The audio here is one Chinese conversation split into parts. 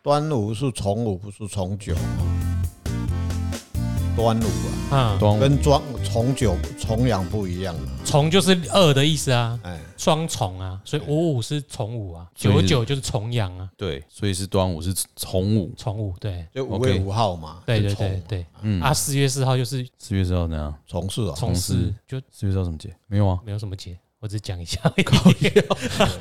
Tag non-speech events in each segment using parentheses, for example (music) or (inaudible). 端午是重午，不是重九。端午啊，嗯，端午跟庄重九重阳不一样嘛。重就是二的意思啊，哎，双重啊，所以五五是重五啊，所以九是九就是重阳啊，对，所以是端午是重午，重五对。就五月 OK 五号嘛。对就对重对对，嗯啊，四月四号就是四月四号怎样？重事啊，重四，就四月四号什么节？没 (laughs) 有啊，没有什么节，我只讲一下。 (laughs)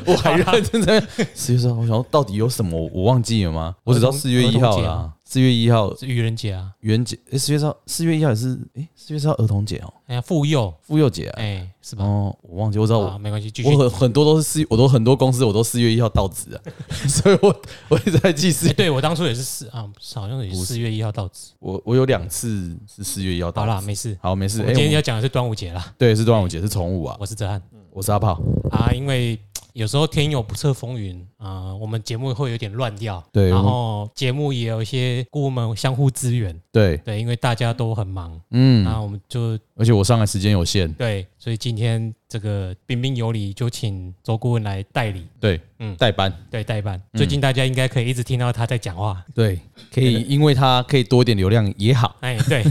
我还 (laughs) 认真在四月四号，我想说到底有什么我忘记了吗？我只知道四月一儿号童节啦啊，四月一号是愚人节啊，元节，诶，四月四号，四月一号也是，诶，四月四号儿童节哦，哎呀，妇幼，妇幼节啊，哎，是吧？哦，我忘记，我知道啊，我没关系，继续我。很很多都是四，我都很多公司我都四月一号到职啊， (laughs) 所以我我一直在记四哎，，对我当初也是四啊，好像也是四月一号到职。我我有两次是四月一号好到啦，职，没事。好没事，我诶，今天我要讲的是端午节啦。对是端午节是重午啊，我是哲翰我是阿炮，啊，因为有时候天有不测风云啊，我们节目会有点乱掉。对然我们后节目也有一些顾问们相互支援，对，对，因为大家都很忙，嗯，那我们就而且我上来时间有限，对，所以今天这个彬彬有礼就请周顾问来代理，对，嗯嗯，代班，对代办。嗯最近大家应该可以一直听到他在讲话，对，可以，因为他可以多一点流量也好， (laughs) 哎，对，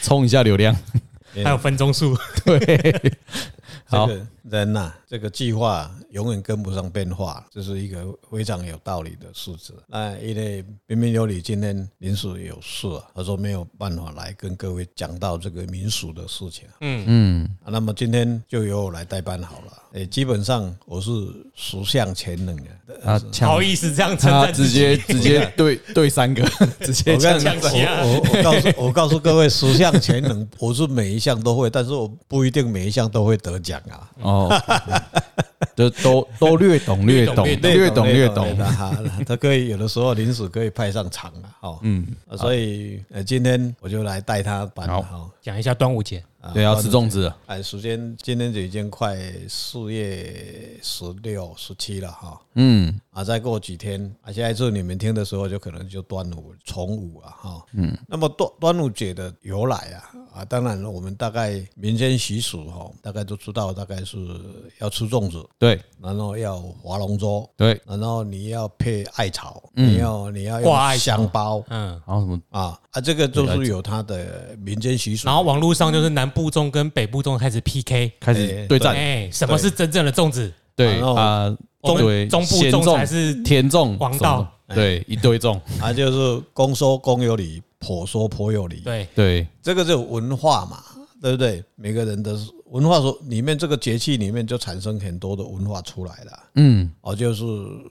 冲一下流量，嗯还有分钟数， (laughs) 对， (laughs) 好这，个人呐、这个计划永远跟不上变化，这是一个非常有道理的事情。那因为彬彬有礼今天临时有事啊，他说没有办法来跟各位讲到这个民俗的事情啊、嗯，啊那么今天就由我来代班好了。诶、基本上我是十项全能的。他好啊抢，意思这样称呃他赞自直己，接直接对对三个， (laughs) 直接我这跟样你讲，子我呛起来我我告诉 (laughs) 我告诉各位，十项全 (laughs) 能，我是每一项都会，但是我不一定每一项都会得奖啊。哦，就都都略懂略懂略略懂略懂，的哈，他可以有的时候临时可以派上场了哈。嗯，所以呃，今天我就来带他班好哈。讲一下端午节，啊对，要吃粽子了，哎，时间今天就已经快四月十六、十七了哈。嗯，啊，再过几天啊，下一次你们听的时候，就可能就端午、重午啊，哈。嗯。那么端端午节的由来啊，啊，当然了，我们大概民间习俗哈，大概都知道，大概是要吃粽子，对然后要划龙舟，对，然后你要配艾草，你要你要嗯挂艾用草香包嗯，然后什么啊啊，这个就是有它的民间习俗然。后网络上就是南部粽跟北部粽开始 PK，开始哎对战，哎，什么是真正的粽子？对然后啊，我们对中部咸粽才是甜粽王什道么的，对，一堆粽，啊，就是公说公有理，婆说婆有理，对，对，这个就文化嘛，对不对？每个人的文化所里面，这个节气里面就产生很多的文化出来了。嗯，哦，就是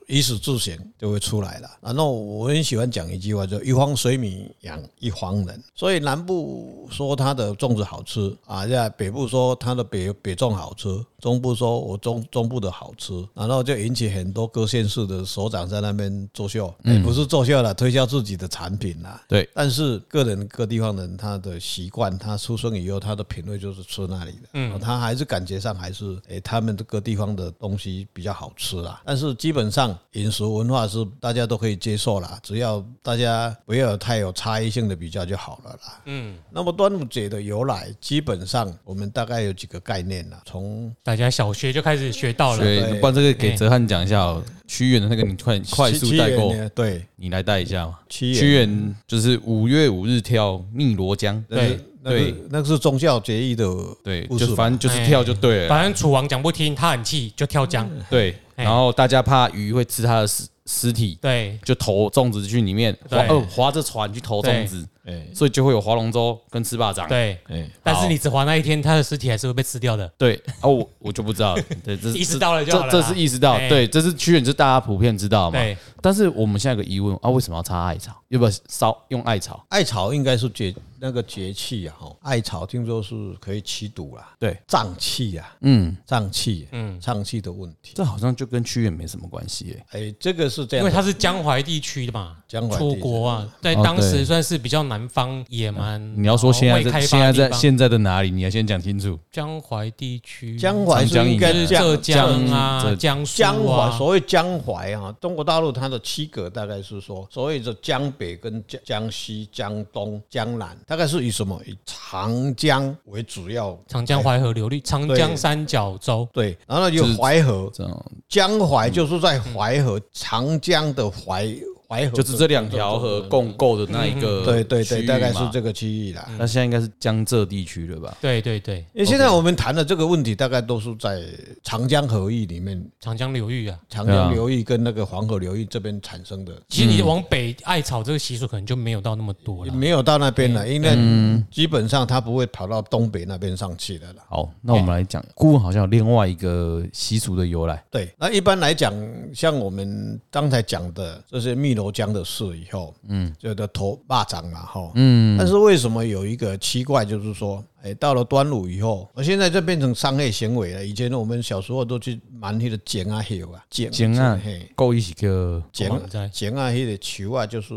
以史自省就会出来了。然后我很喜欢讲一句话，就一方水米养一方人。所以南部说它的粽子好吃啊，在北部说它的北北粽好吃，中部说我中中部的好吃，然后就引起很多各县市的首长在那边作秀，也不是作秀了，推销自己的产品啦。对，但是个人各地方人他的习惯，他出生以后他的品味就是吃那里的，嗯，他还是感觉上还是诶、他们这个地方的东西比较好吃啦。但是基本上饮食文化是大家都可以接受啦，只要大家不要有太有差异性的比较就好了啦。嗯，那么端午节的由来，基本上我们大概有几个概念啦，从大家小学就开始学到所了，以对不然这个哎给哲汉讲一下哦，屈原的那个你快快七速七带元过，呢对，你来带一下嘛。屈原屈原就是五月五日跳汨罗江，对那是对那个是宗教节义的对，故事就嘛反正就是跳就对了，反正楚王讲不听，他很气，就跳江，对。哎然后大家怕鱼会吃他的尸尸体，对，就投粽子去里面，划对哦划着船去投粽子，哎所以就会有划龙舟跟吃霸掌。对，哎。但是你只滑那一天，他的尸体还是会被吃掉的。对哦，我我就不知 (laughs) 道了，对，这是意识到了就好这了啦这是意识到，哎对，这是屈原，这是大家普遍知道嘛。哎对，但是我们现在有个疑问啊，为什么要插艾草？要不要烧用艾草？艾草应该是节那个节气啊，哈，艾草听说是可以驱毒啦，对，胀气啊，嗯，胀气，嗯，胀气的问题。这好像就跟屈原没什么关系耶。哎，这个是这因样为的，他是江淮地区的嘛，江淮地出区国啊，在哦当对嗯时算是比较南方野蛮。你要说现在然后在哦未开现发的在地在方现在的哪里？你要先讲清楚。江淮地区，江淮是应该就是江浙江江啊、江苏江啊淮，所谓江淮啊，中国大陆它的七格大概是说，所谓的江北跟江江西、江东、江南，大概是以什么以长江为主要。长江淮河流域、长江三角洲，对，然后有就是淮河，这样江淮就是在淮河，长江的淮淮河就是这两条河共构的那一个嗯对对呃区对，域大概是嘛嗯这个区域啦。那现在应该是江浙地区了吧？对对对，因为现在我们谈的这个问题，大概都是在长江河域里面，长江流域啊，长对啊江流域跟那个黄河流域这边产生的，其实嗯你往北艾草这个习俗可能就没有到那么多了。没有到那边了，嗯因为基本上它不会跑到东北那边上去的啦。好，那我们来讲，顾问好像有另外一个习俗的由来。对，那一般来讲，像我们刚才讲的这些汨罗江的事以后，嗯，就的头霸掌嘛，哈，嗯，但是为什么有一个奇怪，就是说，哎，到了端午以后，我现在就变成商业行为了。以前我们小时候都去蛮那个捡啊、有啊、捡简啊嘿，，够一起个捡我们在捡啊，那个球啊，就是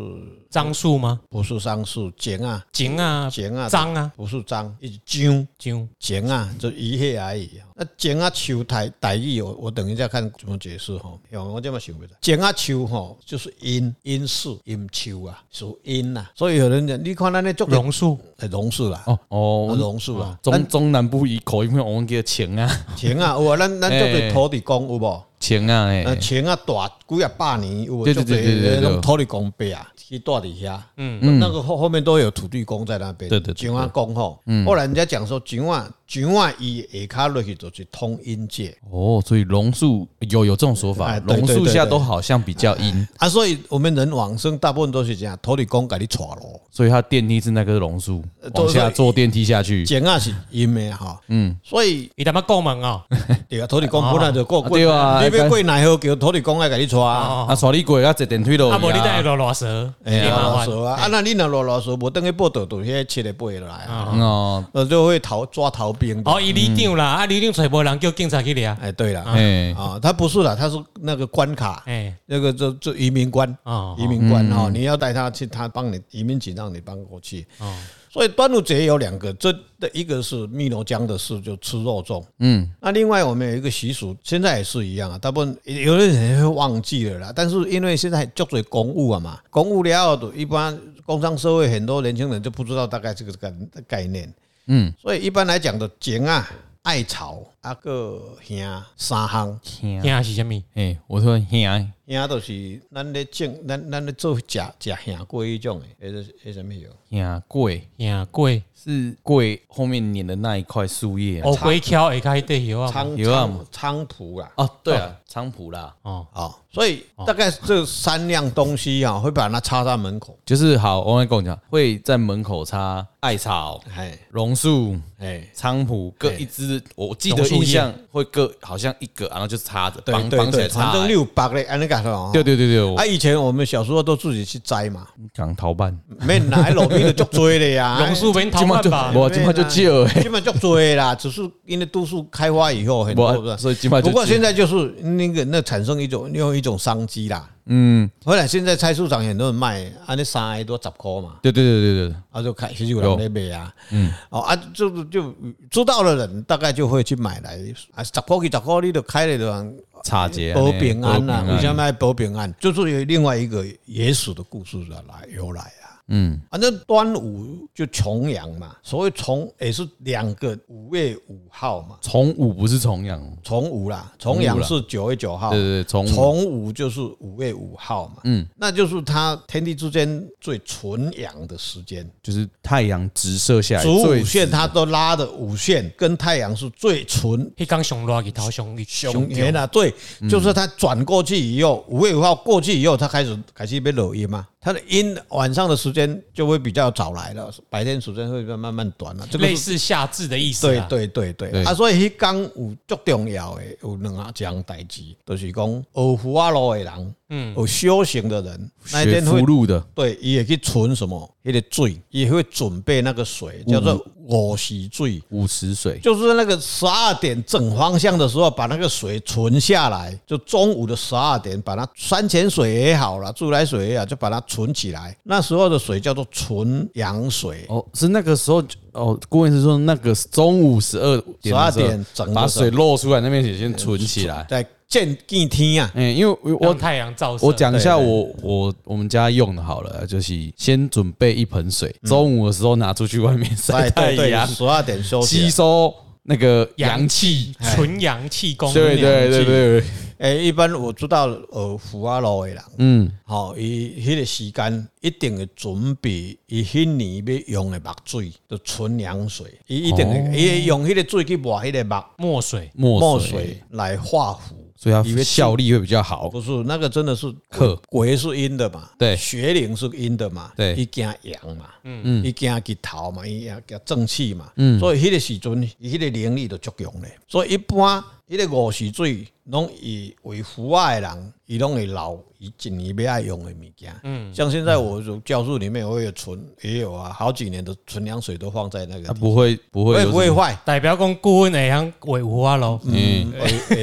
樟树吗？不是桑树，捡啊，井啊，捡啊，樟啊，不是脏，一直揪。井剪啊，就一下而已。那剪啊秋台台语，我我等一下看怎么解释吼。因为我这么想不到，剪啊秋吼就是阴阴势阴秋啊，属阴呐。所以有人讲，你看咱那竹榕榕树，榕树啦，哦哦，我们榕树啦，咱中中南部以口音会我们叫钱啊，情啊，有啊，咱咱这哎个土地公有无？钱啊，那哎，情啊大几啊百年有无？对对对对对对那种土地公碑啊，去大底下，嗯，那个后后面都有土地公在那边。对对对对嗯井啊公吼，后来人家讲说井啊井啊，伊下骹落去就是通阴界。哦，所以榕树有有这种说法，哎对榕对树对下对都好像比较阴，啊，所以我们人往生大部分都是这样，头里公给你带咯，所以它电梯是那棵榕树呃，都往下坐电梯下去，剪啊是阴的哈，嗯，所以你他妈够猛啊！对啊，头里公本来就过过，啊对啊你要过奈何桥，头里公爱给你带啊，啊，耍你鬼啊，坐电梯落啊，哦无你去带啊，罗罗蛇，哎也呀，麻啰烦嗦啊，啊，那你若啰啰嗦，无等于报道都迄七个八个来啊，嗯哦，呃，就会逃抓逃兵吧，哦，伊里长啦，啊，里长找无人叫警察去抓，哎，对了，哎，啊，他不是啦，他是那个关卡，哎，那个就就移民官哦移民官哦，你要带他去，他帮你移民局让你帮过去。哦所以端午节有两个，这的一个是汨罗江的事，就吃肉粽。嗯，那另外我们有一个习俗，现在也是一样啊，大部分有的人会忘记了啦。但是因为现在做做公务啊嘛，公务了后，一般工商社会很多年轻人就不知道大概这个概概念。嗯，所以一般来讲的情啊、艾草啊个兄三项。听听是啥物？哎，我说听，兄就是咱咧种，咱咱咧做食食兄过迄种诶，迄个迄什么药？听贵呀，贵，是贵啊后面粘的那一块树叶啊哦乌龟壳会开底药啊，菖有啊菖菖蒲啦。哦，对啊，菖蒲啦，哦，哦，所以大概这三样东西啊，会把它插在门口。就是好，我跟你讲，会在门口插艾草、哎榕树、哎，菖蒲各哎一支，我记得印象会各好像一个，然后就插着，对绑对绑起来对，插反欸。正六八嘞，安尼讲哦。对对对对，我啊，以前我们小时候都自己去摘嘛，讲逃办，免来路边就足多的 (laughs) 呀。哎榕树免逃今晚犯就吧？我今晚就借了欸，基本足多的啦，只是因为都市开发以后很多，是不我啊是所以今晚就不过借现在就是那个那产生一种另外一种商机啦。嗯，后来现在菜市场很多人卖，啊，那三个多十块嘛，对对对对对对，啊就开始有人在卖啊。嗯，哦啊，就是就知道的人大概就会去买来啊，十块去十块，你就开了就插啊结保平安啊啦、为什么？么要保平安？就是有另外一个野史的故事的来由来啊。嗯，反正端午就重阳嘛，所谓重也是两个五月五号嘛，重五不是重阳，重午啦，重阳是九月九号，对对对，重五重午就是五月五号嘛，嗯，那就是它天地之间最纯阳的时间，就是太阳直射下来，主最午线它都拉的午线跟太阳是最纯迄工上热去头上雄上缘啊，对，就是它转过去以后，五月五号过去以后，它开始开始被抖音嘛，它的阴晚上的时间就会比较早来了，白天时间会慢慢短了，这个类是。似夏至的意思对啊。对对对对，啊，所以迄工有足重要的有两啊件代志，就是讲有福啊路的人，嗯，有修行的人，那一学天福会路的对，伊会去存什么？迄个水，也会准备那个水，叫做五时水，五十水，就是那个十二点整方向的时候，把那个水存下来，就中午的十二点，把它山泉水也好了，自来水也好，就把它存起来。那时候的水叫做纯阳水，哦，是那个时候哦，顾问是说那个中午十二点的时候12点整的把时候水漏出来，那边也先存起来。在见见天啊，哎、因为我让我太阳照射。我讲一下我我我们家用的好了，就是先准备一盆水，中午的时候拿出去外面晒哎对太对对，阳，十二点休息吸啊。收那个阳阳气。纯阳气功，对对对对对，诶，哎一般我知道呃，福阿路的人，嗯，吼，伊迄个时间一定会准备伊迄年要用的墨水，就纯凉水，伊一定会，伊会用迄个水去抹迄个墨墨水哦墨墨水，水来画符，所以以为它效力会比较好。不是那个真的是克鬼是阴的嘛，对邪灵是阴的嘛，对伊惊阳嘛，嗯，伊惊去头嘛，伊惊正气嘛，嗯所以迄个时阵，伊迄个灵力就足强咧，所以一般迄个五十水拢以为福啊的人，伊拢会留伊一年要爱用的物件，嗯，像现在我就教室里面我也存也有啊，好几年的纯凉水都放在那个它地，不会不会会有不会什么坏？代表讲顾问会晓画有啊咯，嗯，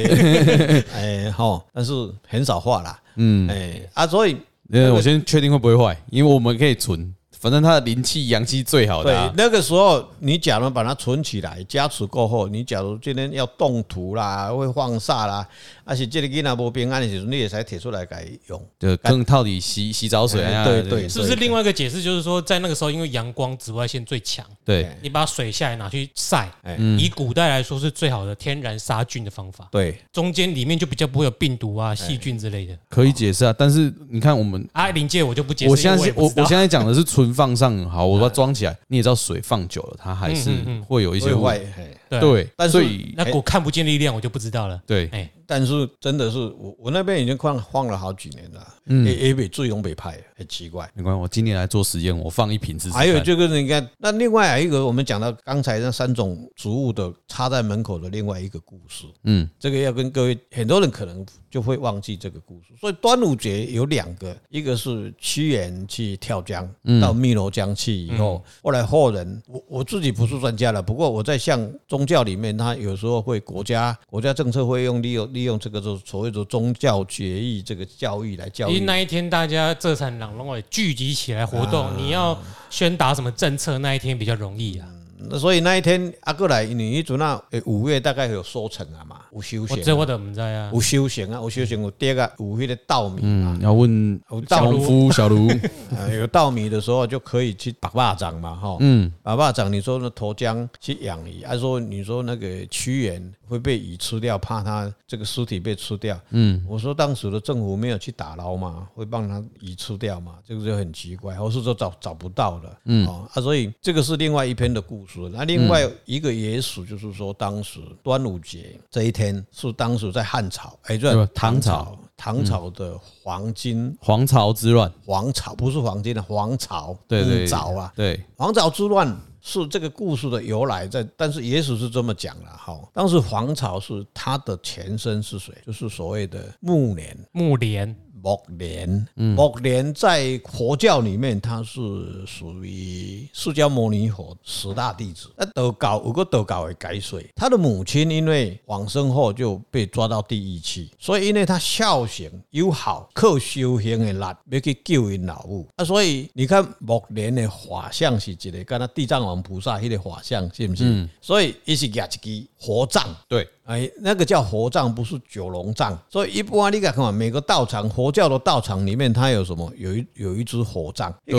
哎哎哎，吼，但是很少画啦，嗯，哎啊，所以。呃，我先确定会不会坏，因为我们可以存，反正它的灵气阳气最好对的、啊，。那个时候你假如把它存起来，加持过后，你假如今天要动土啦，会放煞啦，而且这个囡仔无平安的时候，你也才提出来改用。就更套底洗洗澡水啊，对对是不是？另外一个解释就是说，在那个时候，因为阳光紫外线最强，对，你把水下来拿去晒哎，嗯以古代来说是最好的天然杀菌的方法。对，中间里面就比较不会有病毒哎啊、细菌之类的。可以解释啊。但是你看我们，啊，临界我就不解释，我相信因为我也不知道我现在讲的是存放上好，我把它装起来，你也知道水放久了，它还是嗯嗯嗯会有一会些坏问。。嘿对，对，但是所以那股看不见力量我就不知道了。对哎，但是真的是我我那边已经放放了好几年了，嗯也也比最终北派很奇怪。没关系，我今年来做实验，我放一瓶试试看。还有就是你看，那另外还有一个我们讲到刚才那三种植物的插在门口的另外一个故事，嗯，这个要跟各位很多人可能就会忘记这个故事。所以端午节有两个，一个是屈原去跳江，嗯到汨罗江去以后，后来后人，我我自己不是专家了，不过我在像宗教里面，他有时候会国家国家政策会用利用利用这个就是所谓的宗教决议这个教育来教因为育。那一天大家这产朗龙会聚集起来活动，啊你要宣达什么政策，那一天比较容易啊。那所以那一天阿过来，你一准那诶五月大概有收成啊嘛，有休我闲这啊，我怎么知道啊？有休闲啊，有休闲有跌啊，有迄个稻米啊嘛。嗯，要问有道路农夫小卢，呃，有稻米的时候就可以去把蚂蚱嘛，哈，嗯，把蚂蚱，你说那投江去养鱼，按说你说那个屈原会被鱼吃掉，怕他这个尸体被吃掉，嗯，我说当时的政府没有去打捞嘛，会帮他鱼吃掉嘛，这个就很奇怪，我是说找找不到了，嗯，哦、啊，所以这个是另外一篇的故事，那另嗯外一个野史就是说，当时端午节这一天是当时在汉朝，哎，对这吧唐朝唐朝的黄金黄巢之乱，黄巢不是黄金的黄巢，对对嗯巢啊，对，黄巢之乱是这个故事的由来在，但是也许是这么讲了哈。当时黄巢是它的前身是谁？就是所谓的木莲，木莲木莲，木莲在佛教里面它是属于释迦牟尼佛十大弟子。那德高有个德高的改水，他的母亲因为往生后就被抓到地狱去，所以因为他孝行友好，靠修行的力要去救因老母。啊，所以你看木莲的画像是一个，跟那地藏王菩萨迄个画像是不是？所以伊是举一支佛杖。对，哎，那个叫佛杖，不是九龙杖。所以一般你敢看嘛，每个道场，佛教的道场里面，它有什么？有一有一支火杖。有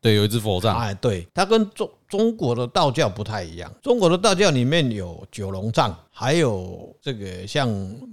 对有一只佛杖，哎，对，它跟中中国的道教不太一样。中国的道教里面有九龙杖，还有这个像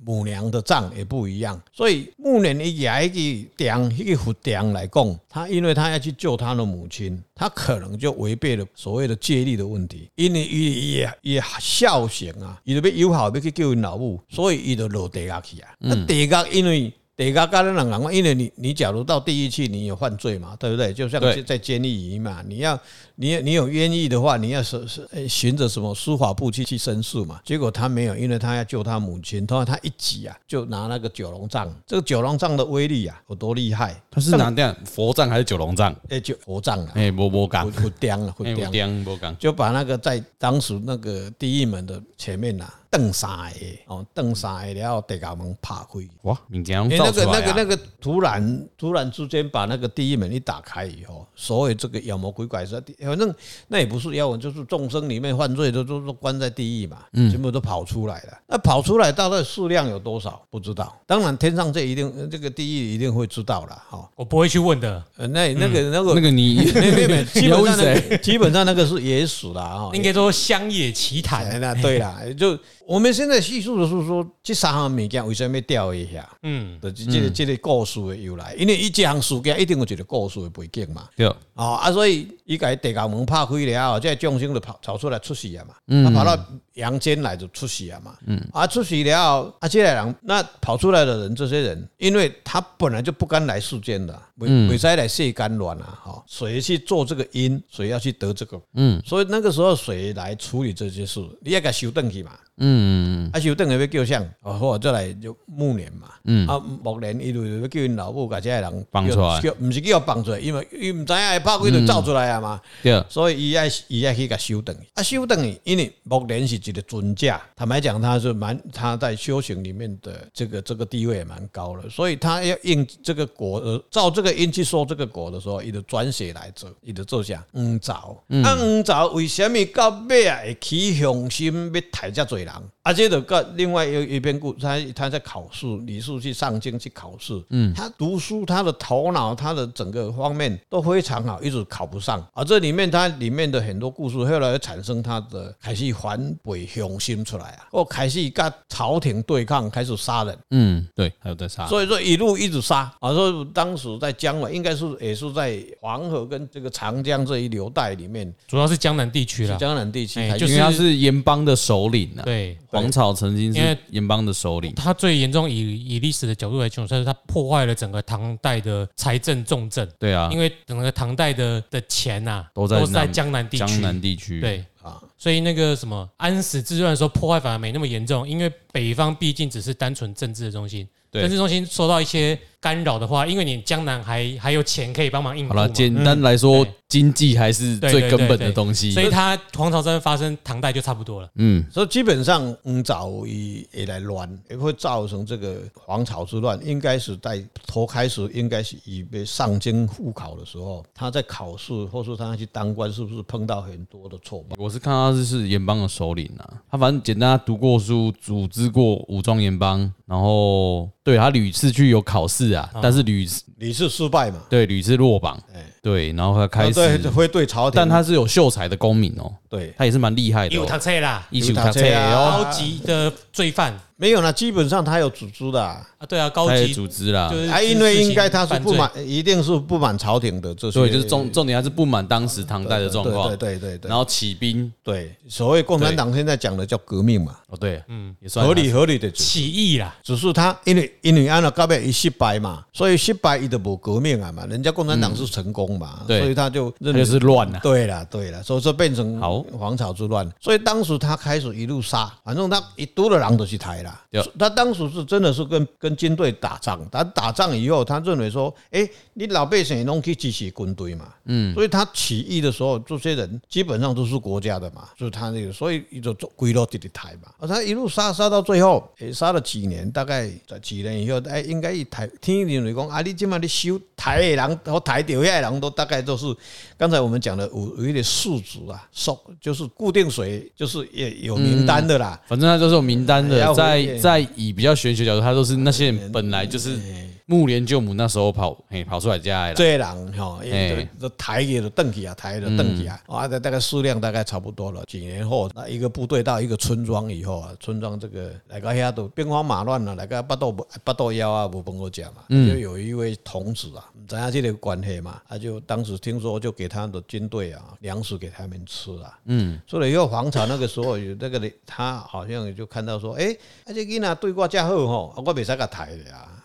母娘的杖也不一样。所以木莲一牙一个梁一个佛梁来供，他因为他要去救他的母亲，他可能就违背了所谓的戒律的问题，因为伊也也孝行啊，伊就要友好要去救因老母，所以伊就落地狱去啊。那地狱因为地甲甲咱人讲，因为你你假如到地狱去，你有犯罪嘛，对不对？就像对在监狱里嘛，你要你你有冤狱的话，你要是是呃循着什么司法部去去申诉嘛。结果他没有，因为他要救他母亲，他他一挤啊，就拿那个九龙杖，这个九龙杖的威力啊有多厉害？它是拿这样佛杖还是九龙杖？哎，就佛杖啊，哎，波波港会，会颠了，会哎，颠波。江波港，啊就把那个在当时那个地狱门的前面呐、啊，蹬三下哦，蹬三下，然后地下门拍开，哇，闽江因为造那出来个那啊个那个突然突然之间把那个地狱门一打开以后，所有这个妖魔鬼怪是反正那也不是妖魔，就是众生里面犯罪都都都关在地狱嘛，嗯全部都跑出来了。那跑出来大概数量有多少不知道，当然天上这一定呃这个地狱一定会知道了哈。我不会去问的，呃那那个那个嗯那个你没没 (laughs) 没，基你要本问上那谁？个基本上那个是野史啦哈，应该说乡野奇谈。哎，那对啦，就我们现在叙述的是说，这三项物件为什么要调一下？嗯，就是这个这个故事的由来，因为伊这项事件一定有一个故事的背景嘛。对，哦啊，所以伊甲地球门拍开了哦后，这众生就跑跑出来出世啊嘛，啊跑到阳间来就出世啊嘛，啊出世了后，啊这些人那跑出来的人，这些人，因为他本来就不甘来世间的啊，没没再来世间乱啊，哈，谁去做这个因，谁要去得这个，嗯，所以那个时候谁来处理这些事，你要给修正去嘛，嗯，啊，修等下要叫啥？哦，好，再来就暮年嘛。啊，暮年伊就要叫因老母甲这个人嗯放出来叫，毋是叫放出来，因为伊毋知影会拍开就走出来啊嘛。对，所以伊爱伊爱去甲修等去。啊，修等去，因为暮年是一个尊者，坦白讲，他是蛮他在修行里面的这个这个地位也蛮高了，所以他要应这个果，呃照这个因去收这个果的时候，伊就转写来做，伊就做啥黄枣。啊，黄枣为什么到尾啊会起雄心要抬遮侪人？啊，这就个另外有一边故，他他在考试，李素去上京去考试，嗯，他读书，他的头脑，他的整个方面都非常好，一直考不上啊。这里面他里面的很多故事，后来产生他的开始反背雄心出来啊，我开始跟朝廷对抗，开始杀人，嗯，对，还有在杀，所以说一路一直杀啊。所以当时在江淮，应该是也是在黄河跟这个长江这一流带里面，主要是江南地区啦。江南地区哎开始就因是为他是盐帮的首领啊，对，黄草曾经因是为盐帮的首领，它最严重以以历史的角度来讲，算是它破坏了整个唐代的财政重镇，对啊因，为整个唐代的的钱呐、都在都是在南江南地江区。南地区，，对，啊，所以那个什么安史之乱的时候破坏反而没那么严重，因为北方毕竟只是单纯政治的中心，对政治中心受到一些干扰的话，因为你江南还还有钱可以帮忙应付好嘛了，，简单来说，经济还是嗯对最对根对本对的东西，所以它黄巢真发生唐代就差不多了。嗯，所以基本上，嗯，早也也来乱，也会造成这个黄巢之乱。应该是在头开始，应该是以被上京赴考的时候，他在考试，或是他去当官，是不是碰到很多的挫败？我是看他是是盐帮的首领啊，他反正简单，他读过书，组织过武装盐帮，然后对他屡次去有考试啊，但是屡次屡次失败嘛，对屡次落榜哎，对，然后他开他哦对始，会对朝廷，但他是有秀才的功名哦，对他也是蛮厉害的有哦，唐菜啦，一有起读他册啊高级的罪犯没有啦，基本上他有组织的啊，啊，对啊，高他也级组织啦就，是啊因为应该他是犯不罪满，一定是不满朝廷的这些，所以就是重重点还是不满当时唐代的状况对，对对对然后起兵，对，所谓共产党现在讲的叫革命嘛，哦对，嗯，也算合理合理的组织起义啦，只是他因为因为按照到尾伊失败嘛，所以失败伊就无革命啊嘛，人家共产党是成功嘛，嗯对所以他就他认就为是乱啊，对了对了，所以说变成好黄巢之乱，所以当时他开始一路杀，反正他一多了狼都去抬啦对。他当时是真的是跟跟军队打仗，他打仗以后，他认为说，哎、你老百姓拢去支持军队嘛，嗯，所以他起义的时候，这些人基本上都是国家的嘛，就是他那个，所以一就归落这里抬嘛，啊，他一路杀杀到最后，也杀了几年，大概在几年以后，哎，应该一抬，听认为讲啊，你即马你收抬的人和抬掉下的人都大概都是刚才我们讲的有有一点数值啊，收就是固定水，就是也有名单的啦。反正他就是有名单哎的，要在回哎在以比较玄学角度，他都是那些人本来就是木莲救母那时候跑，嘿跑出来家来了，这人吼，哎也就就抬也就蹬起啊，抬也就蹬起啊，啊，大大概数量大概差不多了。几年后，那一个部队到一个村庄以后啊，村庄这个来个遐都兵荒马乱啊了，来个八道八道腰啊，无饭好食嘛，就有一位童子啊，唔知影这个关系嘛，他就当时听说就给他的军队啊粮食给他们吃啊，嗯，所以以后黄巢那个时候有那个人他好像就看到说，哎、啊这囡仔对我这好吼，啊我袂使甲抬的啊。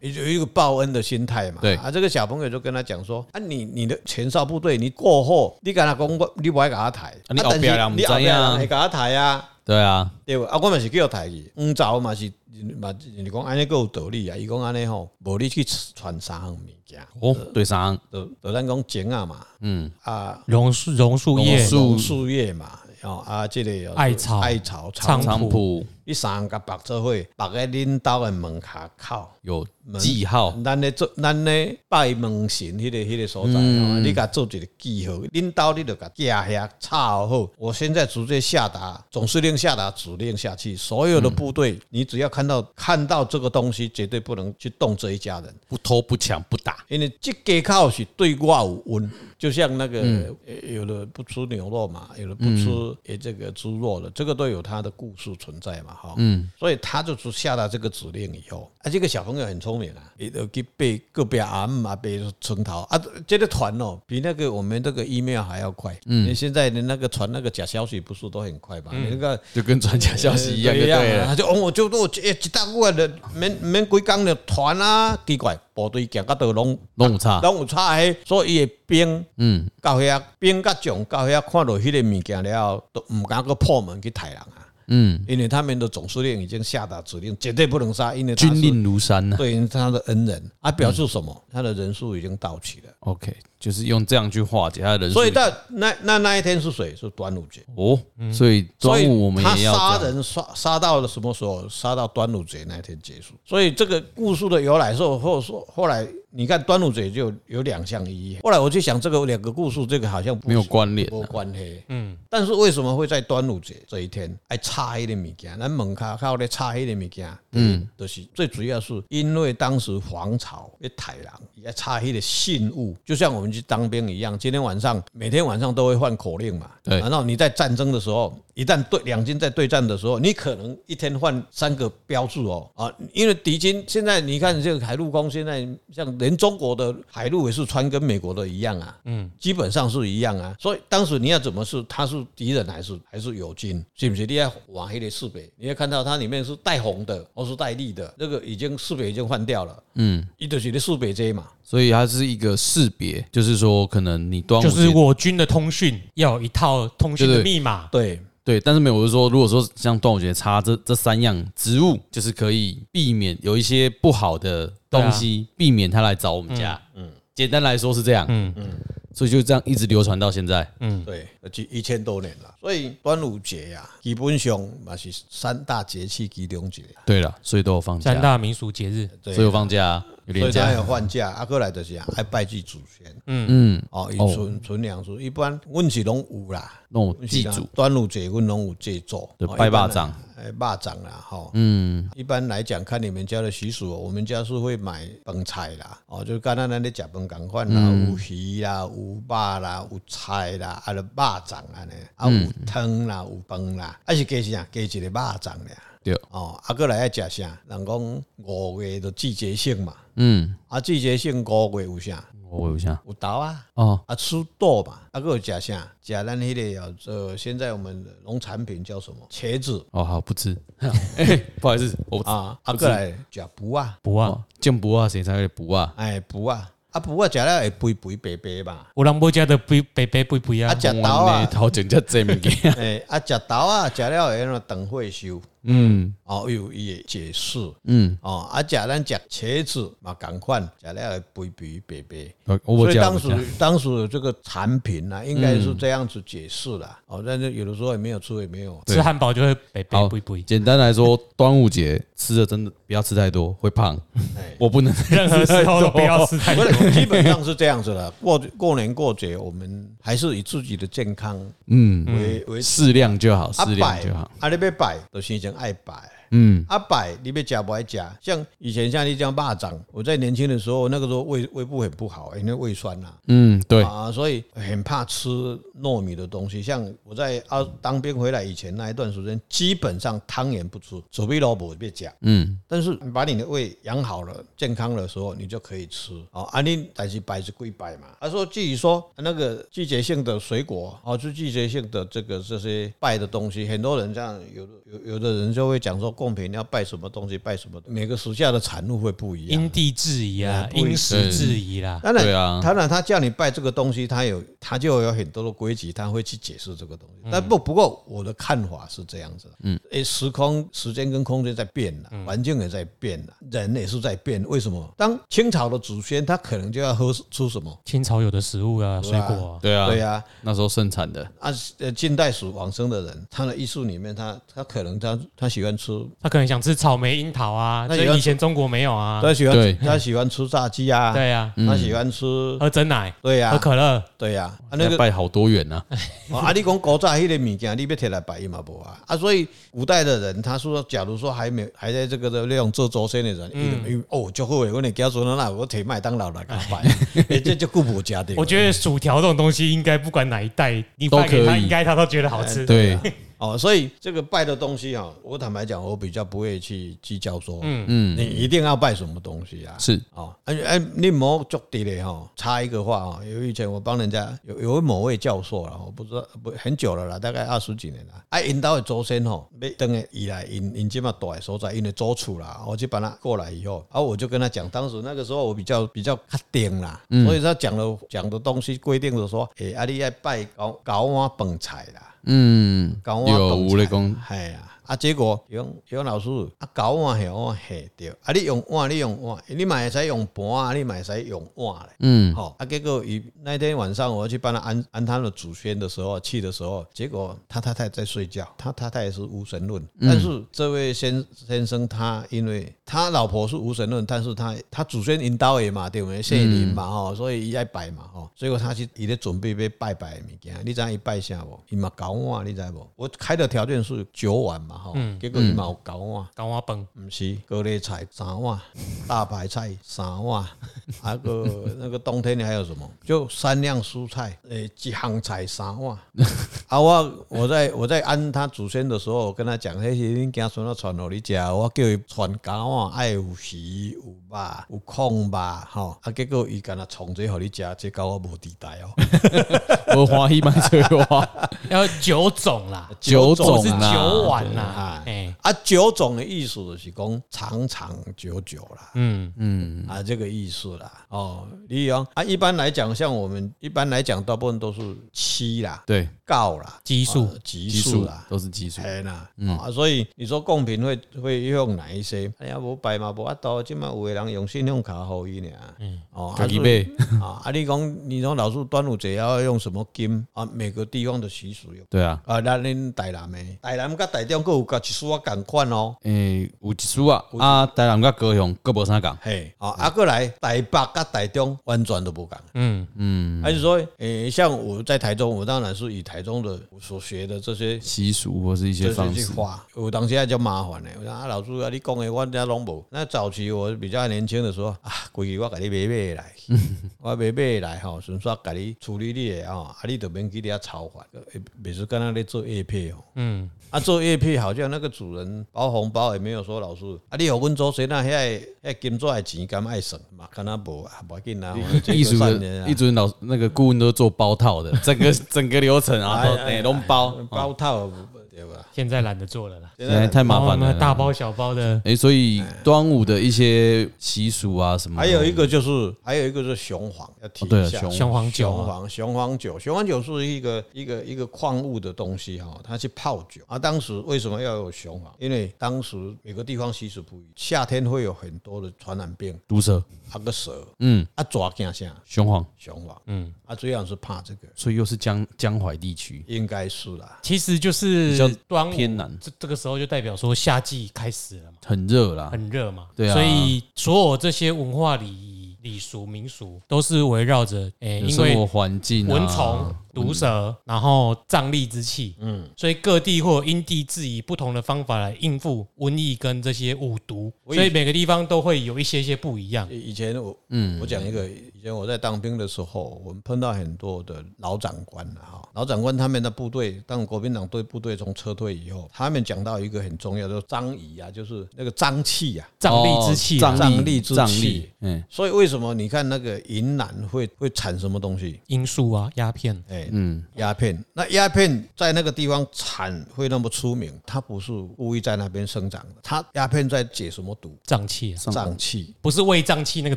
有一个报恩的心态嘛。嗯对啊，这个小朋友就跟他讲说：啊，你你的前哨部队，你过后，你跟他讲，我你不爱给他抬，啊你后边人不知你道啊后边人会给他抬啊。对啊，对吧，啊，我嘛是叫抬去，黄巢嘛是嘛，人家讲安尼够有道理啊。伊讲安尼吼，无你去传三项物件，哦对上就就咱讲种啊嘛，嗯啊，榕树榕树榕叶树树树叶嘛，哦啊，这个有艾草艾草菖草，菖蒲你三个绑做伙，绑在恁兜的门下口。有记号，咱咧做，咱咧拜门神迄个迄个所在吼，你甲做一个记号，恁兜你就甲寄遐插好。我现在直接下达，总司令下达指令下去，所有的部队，你只要看到看到这个东西，绝对不能去动这一家人。不偷不抢不打，因为这家口是对我有温，就像那个、呃有的不吃牛肉嘛，有的不吃诶这个猪肉的，这个都有它的故事存在嘛，哈，嗯，所以他就只下达这个指令以后，啊，这个小朋友很聪明啊，也都去背个别阿姆啊，背村头啊，这个团哦，比那个我们这个 email 还要快，嗯，因为现在的那个传那个假消息不是都很快嘛，你那个。就跟传假消息一样就对对啊了。他就哦，我就我一一大股的，免免几工就团啊，奇怪，部队行到都拢弄差，拢有差迄，所以伊的兵啊嗯，到遐兵甲将到遐看到迄个物件了后，都毋敢去破门去杀人啊。嗯，因为他们的总司令已经下达指令，绝对不能杀，因为他是军令嗯如山啊呐、对他的恩人啊，表示什么？他的人数已经到齐了。 OK，就是用这样去化解他的人数。所以到那那那一天是谁？是端午节。哦，所以嗯所端以午我们他也要杀这样人杀杀到了什么时候？杀到端午节那一天结束。所以这个故事的由来是，后说后来你看端午节就有两项意义。后来我就想，这个两个故事，这个好像不没有关联、无啊。关系。嗯，但是为什么会在端午节这一天爱插迄个物件？咱门口靠咧插迄个物件，嗯，就是最主要是因为当时皇朝要太人，要插迄个信物，就像我们去当兵一样，今天晚上每天晚上都会换口令嘛。对然后你在战争的时候，一旦对两军在对战的时候，你可能一天换三个标志哦啊，因为敌军现在你看这个海陆空现在像连中国的海陆也是穿跟美国的一样啊，嗯，基本上是一样啊，所以当时你要怎么是他是敌人还是还是友军，是不是？你要往黑的四北，你要看到它里面是带红的，或是带绿的，那个已经四北已经换掉了，嗯，一就是你四北这嘛，所以它是一个识别，就是说可能你端午就节是我军的通讯要有一套通讯的对对密码，对。对，但是没有，我是说，如果说像端午节插这这三样植物，就是可以避免有一些不好的东啊西，避免它来找我们家。嗯，简单来说是这样。嗯嗯，所以就这样一直流传到现在。对，就一千多年了。所以端午节呀、基本上嘛是三大节气其中一个。对了，所以都有放假三，大民俗节日。对啊所以有放假，所有连以他假。有换假，啊，过来就是爱拜祭祖先，嗯，哦，以哦存存粮食，一般阮是拢有啦。那我阮是记啦住，端午节阮拢有祭祖，对哦拜一般肉粽啦哎，霸掌啦，哈，嗯，一般来讲，看你们家的习俗，哦我们家是会买饭菜啦，哦，就刚才那里食饭赶快啦，有鱼啦，有肉啦，有菜啦，啊，就肉粽安尼，啊，有汤啦，有饭啦，啊是加啥？加一个肉粽俩。对，哦，啊，过来爱食啥？人讲五月就季节性嘛，嗯，啊，季节性五月有啥？我有一下有豆啊，哦，啊，吃豆嘛，啊，还有食啥？食咱迄个叫做现在我们的农产品叫什么？茄子哦，好不吃， (laughs) 哎，不好意思，我不吃啊，啊，过来食补啊，不啊，哦见不啊，谁才会不啊？哎，补啊，啊，补啊，食了会肥肥白白嘛，有人要家的不白白不不啊，啊，食豆啊，头前叫这物 (laughs) 件， (laughs) 哎，啊，食豆啊，食了会那长会修。嗯哦，有伊的解释嗯，哦，啊，食咱食茄子嘛，共款，食了会肥肥白白。我哦我所以不讲当我不嗯讲时当时有这个产品呢、啊，应该是这样子解释啦。哦，但是有的时候也没有吃，也没有吃汉堡就会白白好不不，简单来说，端午节吃的真的不要吃太多，会胖。哎。 (laughs) 我不能任何时候都不要吃太不多。是，基本上是这样子的。过过年过节，我们还是以自己的健康嗯，为为适量就 (laughs) 好，啊适量摆就好。啊，你要摆，就先生爱摆。嗯，啊摆，你别夹不爱夹。像以前像你这样蚂蚱，我在年轻的时候，那个时候胃胃部很不好，因为胃酸呐、嗯，对，啊，所以很怕吃糯米的东西。像我在啊当兵回来以前那一段时间，基本上汤圆不吃，紫皮萝卜别夹。嗯，但是你把你的胃养好了、健康的时候，你就可以吃哦。啊，你但是摆是归摆嘛。他说，至于说那个季节性的水果哦，就季节性的这个这些拜的东西，很多人这样，有的有有的人就会讲说，贡品要拜什么东西，拜什么，每个时下的产物会不一样。因地制宜啊，不一因时制宜啦。当然，对啊当然，他叫你拜这个东西，他有他就有很多的规矩，他会去解释这个东西。但不不过我的看法是这样子，嗯，诶，时空、时间跟空间在变了，环境也在变了，人也是在变。为什么？当清朝的祖先，他可能就要喝出什么？清朝有的食物啊，水果啊，对啊，对啊呀、那时候盛产的，啊，呃，近代属往生的人，他的艺术里面他，他可能他他喜欢吃他可能想吃草莓、樱桃啊，那所也要以以前中国没有啊。他喜对欢他喜欢吃炸鸡啊，对啊，他喜欢吃，喝真奶、对喝呀，可乐，对呀，啊那那个拜好多远 (laughs) 啊，哦啊，你讲古早迄个物件，你要摕来摆伊嘛无啊？啊，所以古代的人，他说，假如说还没有还在这个的那种做祖先的人，嗯，因为哦，足好诶，我你家孙那我摕麦当劳来给他摆， (laughs) 诶，哎这就顾无食的。我觉得薯条这种东西，应该不管哪一代，你都发给他，可以应该他都觉得好吃。对，哦，所以这个拜的东西啊，我坦白讲，我比较不会去计较说，嗯嗯，你一定要拜什么东西啊？是哦，哎哎，你莫做地嘞哈。插一个话啊，有以前我帮人家有有某位教授了，我不知道不很久了啦，大概二十几年啦。哎，因兜的祖先吼，要等下以来，因因即嘛住的所在，因的祖厝啦，我就把他过来以后，啊，我就跟他讲，当时那个时候我比较比较卡定啦，所以他讲了讲的东西规定的说，哎、啊，你要拜高高碗本菜啦。嗯，搞我有懂有咧才讲，哎呀，啊，结果用用老师啊，搞碗系碗系对，啊，你用碗你用碗，你嘛会使用盘啊，你嘛会使用碗嘞。嗯，好、啊，结果一那天晚上我去帮他安安他的祖先的时候，去的时候，结果他太太在睡觉，他太太是无神论，但是这位先先生他因为他老婆是无神论，但是他他祖先引导的嘛，对不对？谢灵嘛吼、所以伊爱拜嘛吼、所以他去伊咧准备要拜拜的物件，你知伊拜啥无？伊嘛搞碗，你知无？我开的条件是九碗嘛吼、结果伊嘛有搞碗。高瓦崩，毋是，高丽菜三碗，大白菜三碗， (laughs) 啊还个那个冬天还有什么？就三样蔬菜，诶、一行菜三碗。 (laughs) 啊，我我在我在安他祖先的时候，我跟他讲，迄是恁子孙要传互你食，我叫伊传饺碗，爱有鱼、有肉、有空吧，吼。啊，结果伊敢若创这互你食，这狗我无地带哦。我花一般翠花， (laughs) 要九种啦， (laughs) 九不种是啊九碗啦啊。哎，啊，九种的意思就是讲长长久久啦。嗯，啊，这个意思啦。哦，李阳啊，一般来讲，像我们一般来讲，大部分都是七啦、对，告啦、奇数啊奇奇数数啦。都是奇数，嗯哎啦，啊，所以你说贡品会会用哪一些？哎呀，无拜嘛，无法度，即嘛有的人用信用卡互伊尔，嗯，哦，自己买啊，啊，你讲你讲老师端午节要用什么金啊？每个地方的习俗有对啊，啊，咱恁台南的，台南甲台中各有甲一丝仔共款哦，诶，有奇数啊，啊，台南甲高雄各无啥讲，嘿，啊，啊，过来台北甲台中完全都无共。嗯，还是说，诶、像我在台中，我当然是以台中的我所学的这些习俗或是一些这些方去式，画，我当时还较麻烦呢。我说啊，老师啊，你讲的我家拢无。那早期我比较年轻的时候啊，规矩我给你买买来， (laughs) 我买买来吼，顺续给你处理你的吼，啊，你就免去遐操烦。呃每次跟他咧做叶片哦，嗯，啊，做叶片好像那个主人包红包也没有说老师啊，你有阮祖先那遐遐金纸的钱敢爱算嘛？敢若无啊，无要紧啊，我这 (laughs) 艺术个善人的啊艺术老那个顾问都是做包套 (laughs) 的，整个整个流哎程啊，都得拢包，包套对吧？现在懒得做了啦，现现在哎太麻烦然后了呢。哦大包小包的，哎，所以端午的一些习俗啊什么，还有一个就是，还有一个就是雄黄，要提哦对一啊下雄雄黄酒雄啊黄雄黄酒，雄黄酒是一个一个一个矿物的东西哈，它去泡酒啊。当时为什么要有雄黄？因为当时每个地方习俗不一，夏天会有很多的传染病，毒蛇，啊个蛇，嗯，啊抓惊啥雄黄，雄黄，嗯，啊主要是怕这个，所以又是江江淮地区，应该是啦。其实就是比较端午偏南这这个时候就代表说夏季开始了嘛，很热啦，很热嘛，对啊所以所有这些文化礼仪、礼俗、民俗都是围绕着诶，有因生为活环境、啊、嗯蚊虫、毒蛇，然后瘴疠之气，嗯，所以各地或因地制宜不同的方法来应付瘟疫跟这些五毒，我以所以每个地方都会有一些些不一样。以以前我，嗯，我讲一个，以前我在当兵的时候，我们碰到很多的老长官了哈，老长官他们的部队，当国民党对部队从撤退以后，他们讲到一个很重要的张仪啊，就是那个瘴气啊。哦瘴疠之气啊，瘴瘴力力之瘴气力，嗯，所以为什么你看那个云南会会产什么东西？罂粟啊，鸦片，哎，嗯，鸦片。那鸦片在那个地方产会那么出名，它不是故意在那边生长的，它鸦片在解什么毒？瘴气啊，瘴气。不是胃胀气那个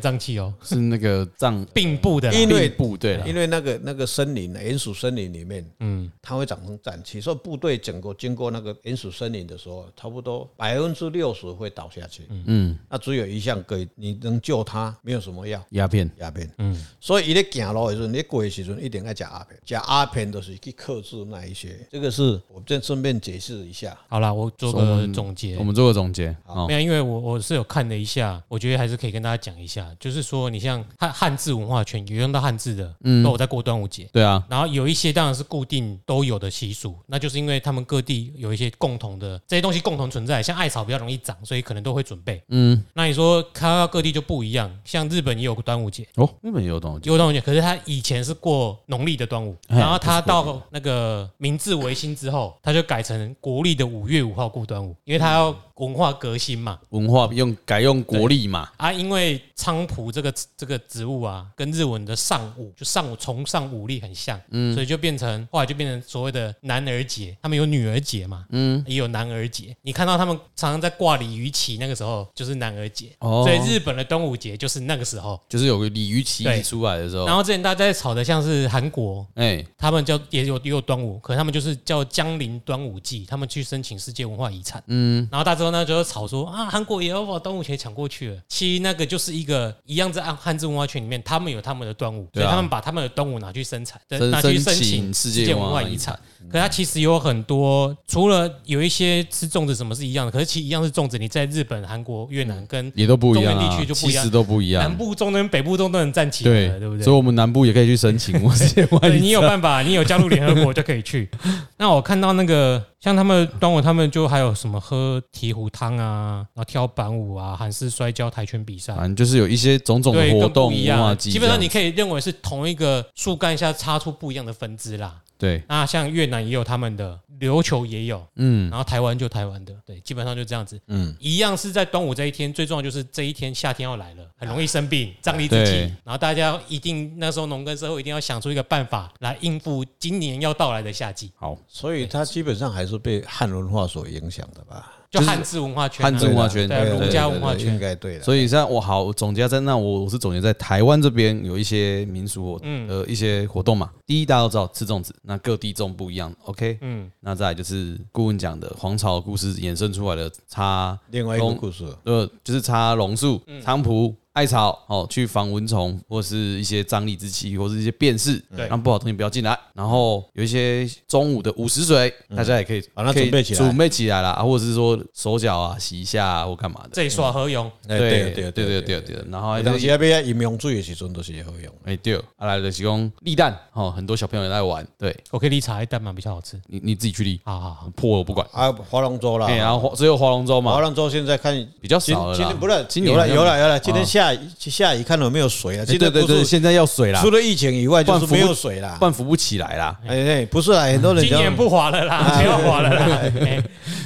胀气哦，是那个瘴并部的啦因为哎并部队啦因，为那个那个森林，原始森林里面，嗯，它会长成瘴气，所以部队整个经过那个原始森林的时候，差不多百分之六十会倒下去，嗯，那只有一项可以你能救它，没有什么药，鸦片鸦片，嗯，所以伊咧行路的时阵，你过的时阵一定要食鸦片，食加阿片都是去克制那一些。这个是我这顺便解释一下。好啦，我做所以我个们总哎结我。们做个总结没哦，有，因为我我是有看了一下，我觉得还是可以跟大家讲一下，就是说你像汉汉字文化圈有用到汉字的，嗯，都有在过端午节，对啊，然后有一些当然是固定都有的习俗，那就是因为他们各地有一些共同的这些东西共同存在，像艾草比较容易长，所以可能都会准备。嗯，那你说开到各地就不一样，像日本也有个端午节，哦，日本也有端午节，有端午节，可是他以前是过农历的端午，哎然后他到那个明治维新之后，他就改成国历的五月五号过端午，因为他要文化革新嘛。文化用改用国力嘛，啊，因为菖蒲这个这个植物啊，跟日文的上武就上武崇尚武力很像，所以就变成后来就变成所谓的男儿节，他们有女儿节嘛，也有男儿节。你看到他们常常在挂鲤鱼旗，那个时候就是男儿节，哦所以日本的端午节就是那个时候。就是有个鲤鱼旗对出来的时候然，后之前大家在吵的像是韩国，哎，他们叫也有也有端午，可他们就是叫江陵端午祭，他们去申请世界文化遗产。嗯，然后大家呢就吵说啊，韩国也要把端午节抢过去了。其实那个就是一个一样在汉汉字文化圈里面，他们有他们的端午，对所啊以他们把他们的端午拿去生产，对申拿去申申请请世世界界文文化化遗遗产产。可它其实有很多，除了有一些吃粽子什么是一样的，可是其实一样是粽子，你在日本、韩国、越南跟也都不一样中原啊地区，就不其一样实都不一南样，部、中东、北部、中东人站起来对了，对不对所以？我们南部也可以去 (laughs) 申请我世界文化对遗你有办法，你有加入联合国就可以去。 (laughs) 那我看到那个像他们端午，他们就还有什么喝醍醐汤啊，然后跳板舞啊，韩式摔跤、跆拳比赛产，，反正就是有一些种种的对，啊活更动啊不一文化样。祭基这本样，上你可以认为是同一个树干下插出不一样的分支啦。对，那像越南也有他们的，琉球也有，嗯，然后台湾就台湾的，对，基本上就这样子。嗯，一样是在端午这一天，最重要就是这一天夏天要来了，很容易生病，仗义之对气。然后大家一定那时候农耕社会一定要想出一个办法来应付今年要到来的夏季，好，所以它基本上还是被汉文化所影响的吧？就就是汉字文化圈啊、汉字文化圈，对啊对儒对家对文化圈应该对啊的。所以现在我好总结在那我我是总结在台湾这边有一些民俗活嗯呃一些活动嘛。第一大家都知道吃粽子，那各地粽不一样，OK。嗯，那再来就是顾问讲的黄巢故事衍生出来的插另外一个龙故事，呃就是插榕树、嗯菖蒲、艾草哦，去防蚊虫或是一些瘴疠之气或是一些变势，嗯对让不好的东西不要进来。然后有一些中午的午时水，大家也可以把它可嗯准以备起来准备起来啦，啊或者是说手脚啊洗一下啊或干嘛的。这里耍何用？哎对对对对，然后还有有当时要不要饮用水的时阵都是好用。哎、对，啊来的提供立蛋，哦，很多小朋友也在玩，对我可以理茶叶蛋嘛，比较好吃。你你自己去立，好好好，破我不管。啊，划龙舟啦哎、，然后花只有划龙舟划嘛，龙舟现在看比较今少了今啦。天不是，今有年了有了有了，好像今天下雨下雨看有没有水啊？哎今对天对不对，是现在要水啦，除了疫情以外，不然就是服务没有水啦。半浮不起来啦，哎哎，不是啊，很多人今讲年不滑了 (laughs) 啦，不要滑了啦。哎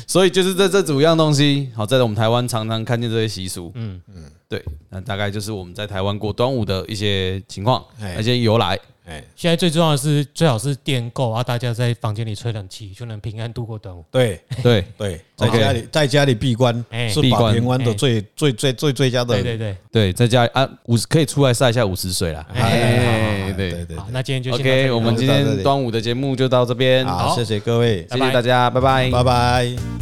所以就是这这五样东西，好在我们台湾常常看见这些习俗，嗯嗯嗯，对，那大概就是我们在台湾过端午的一些情况，哎而且由来，哎，现在最重要的是，最好是电够啊，大家在房间里吹冷气，就能平安度过端午。对对， (laughs) 对，在 OK 家里在家里闭关哎是闭把关平安的最最最最最佳的对对对，对，在家里啊五十可以出来晒一下五十水啦，对哎，对对对好，那今天就先到这里，OK，了我们今就到这天里端午的节目就到这边，好，谢谢各位，谢谢大家，拜拜拜拜。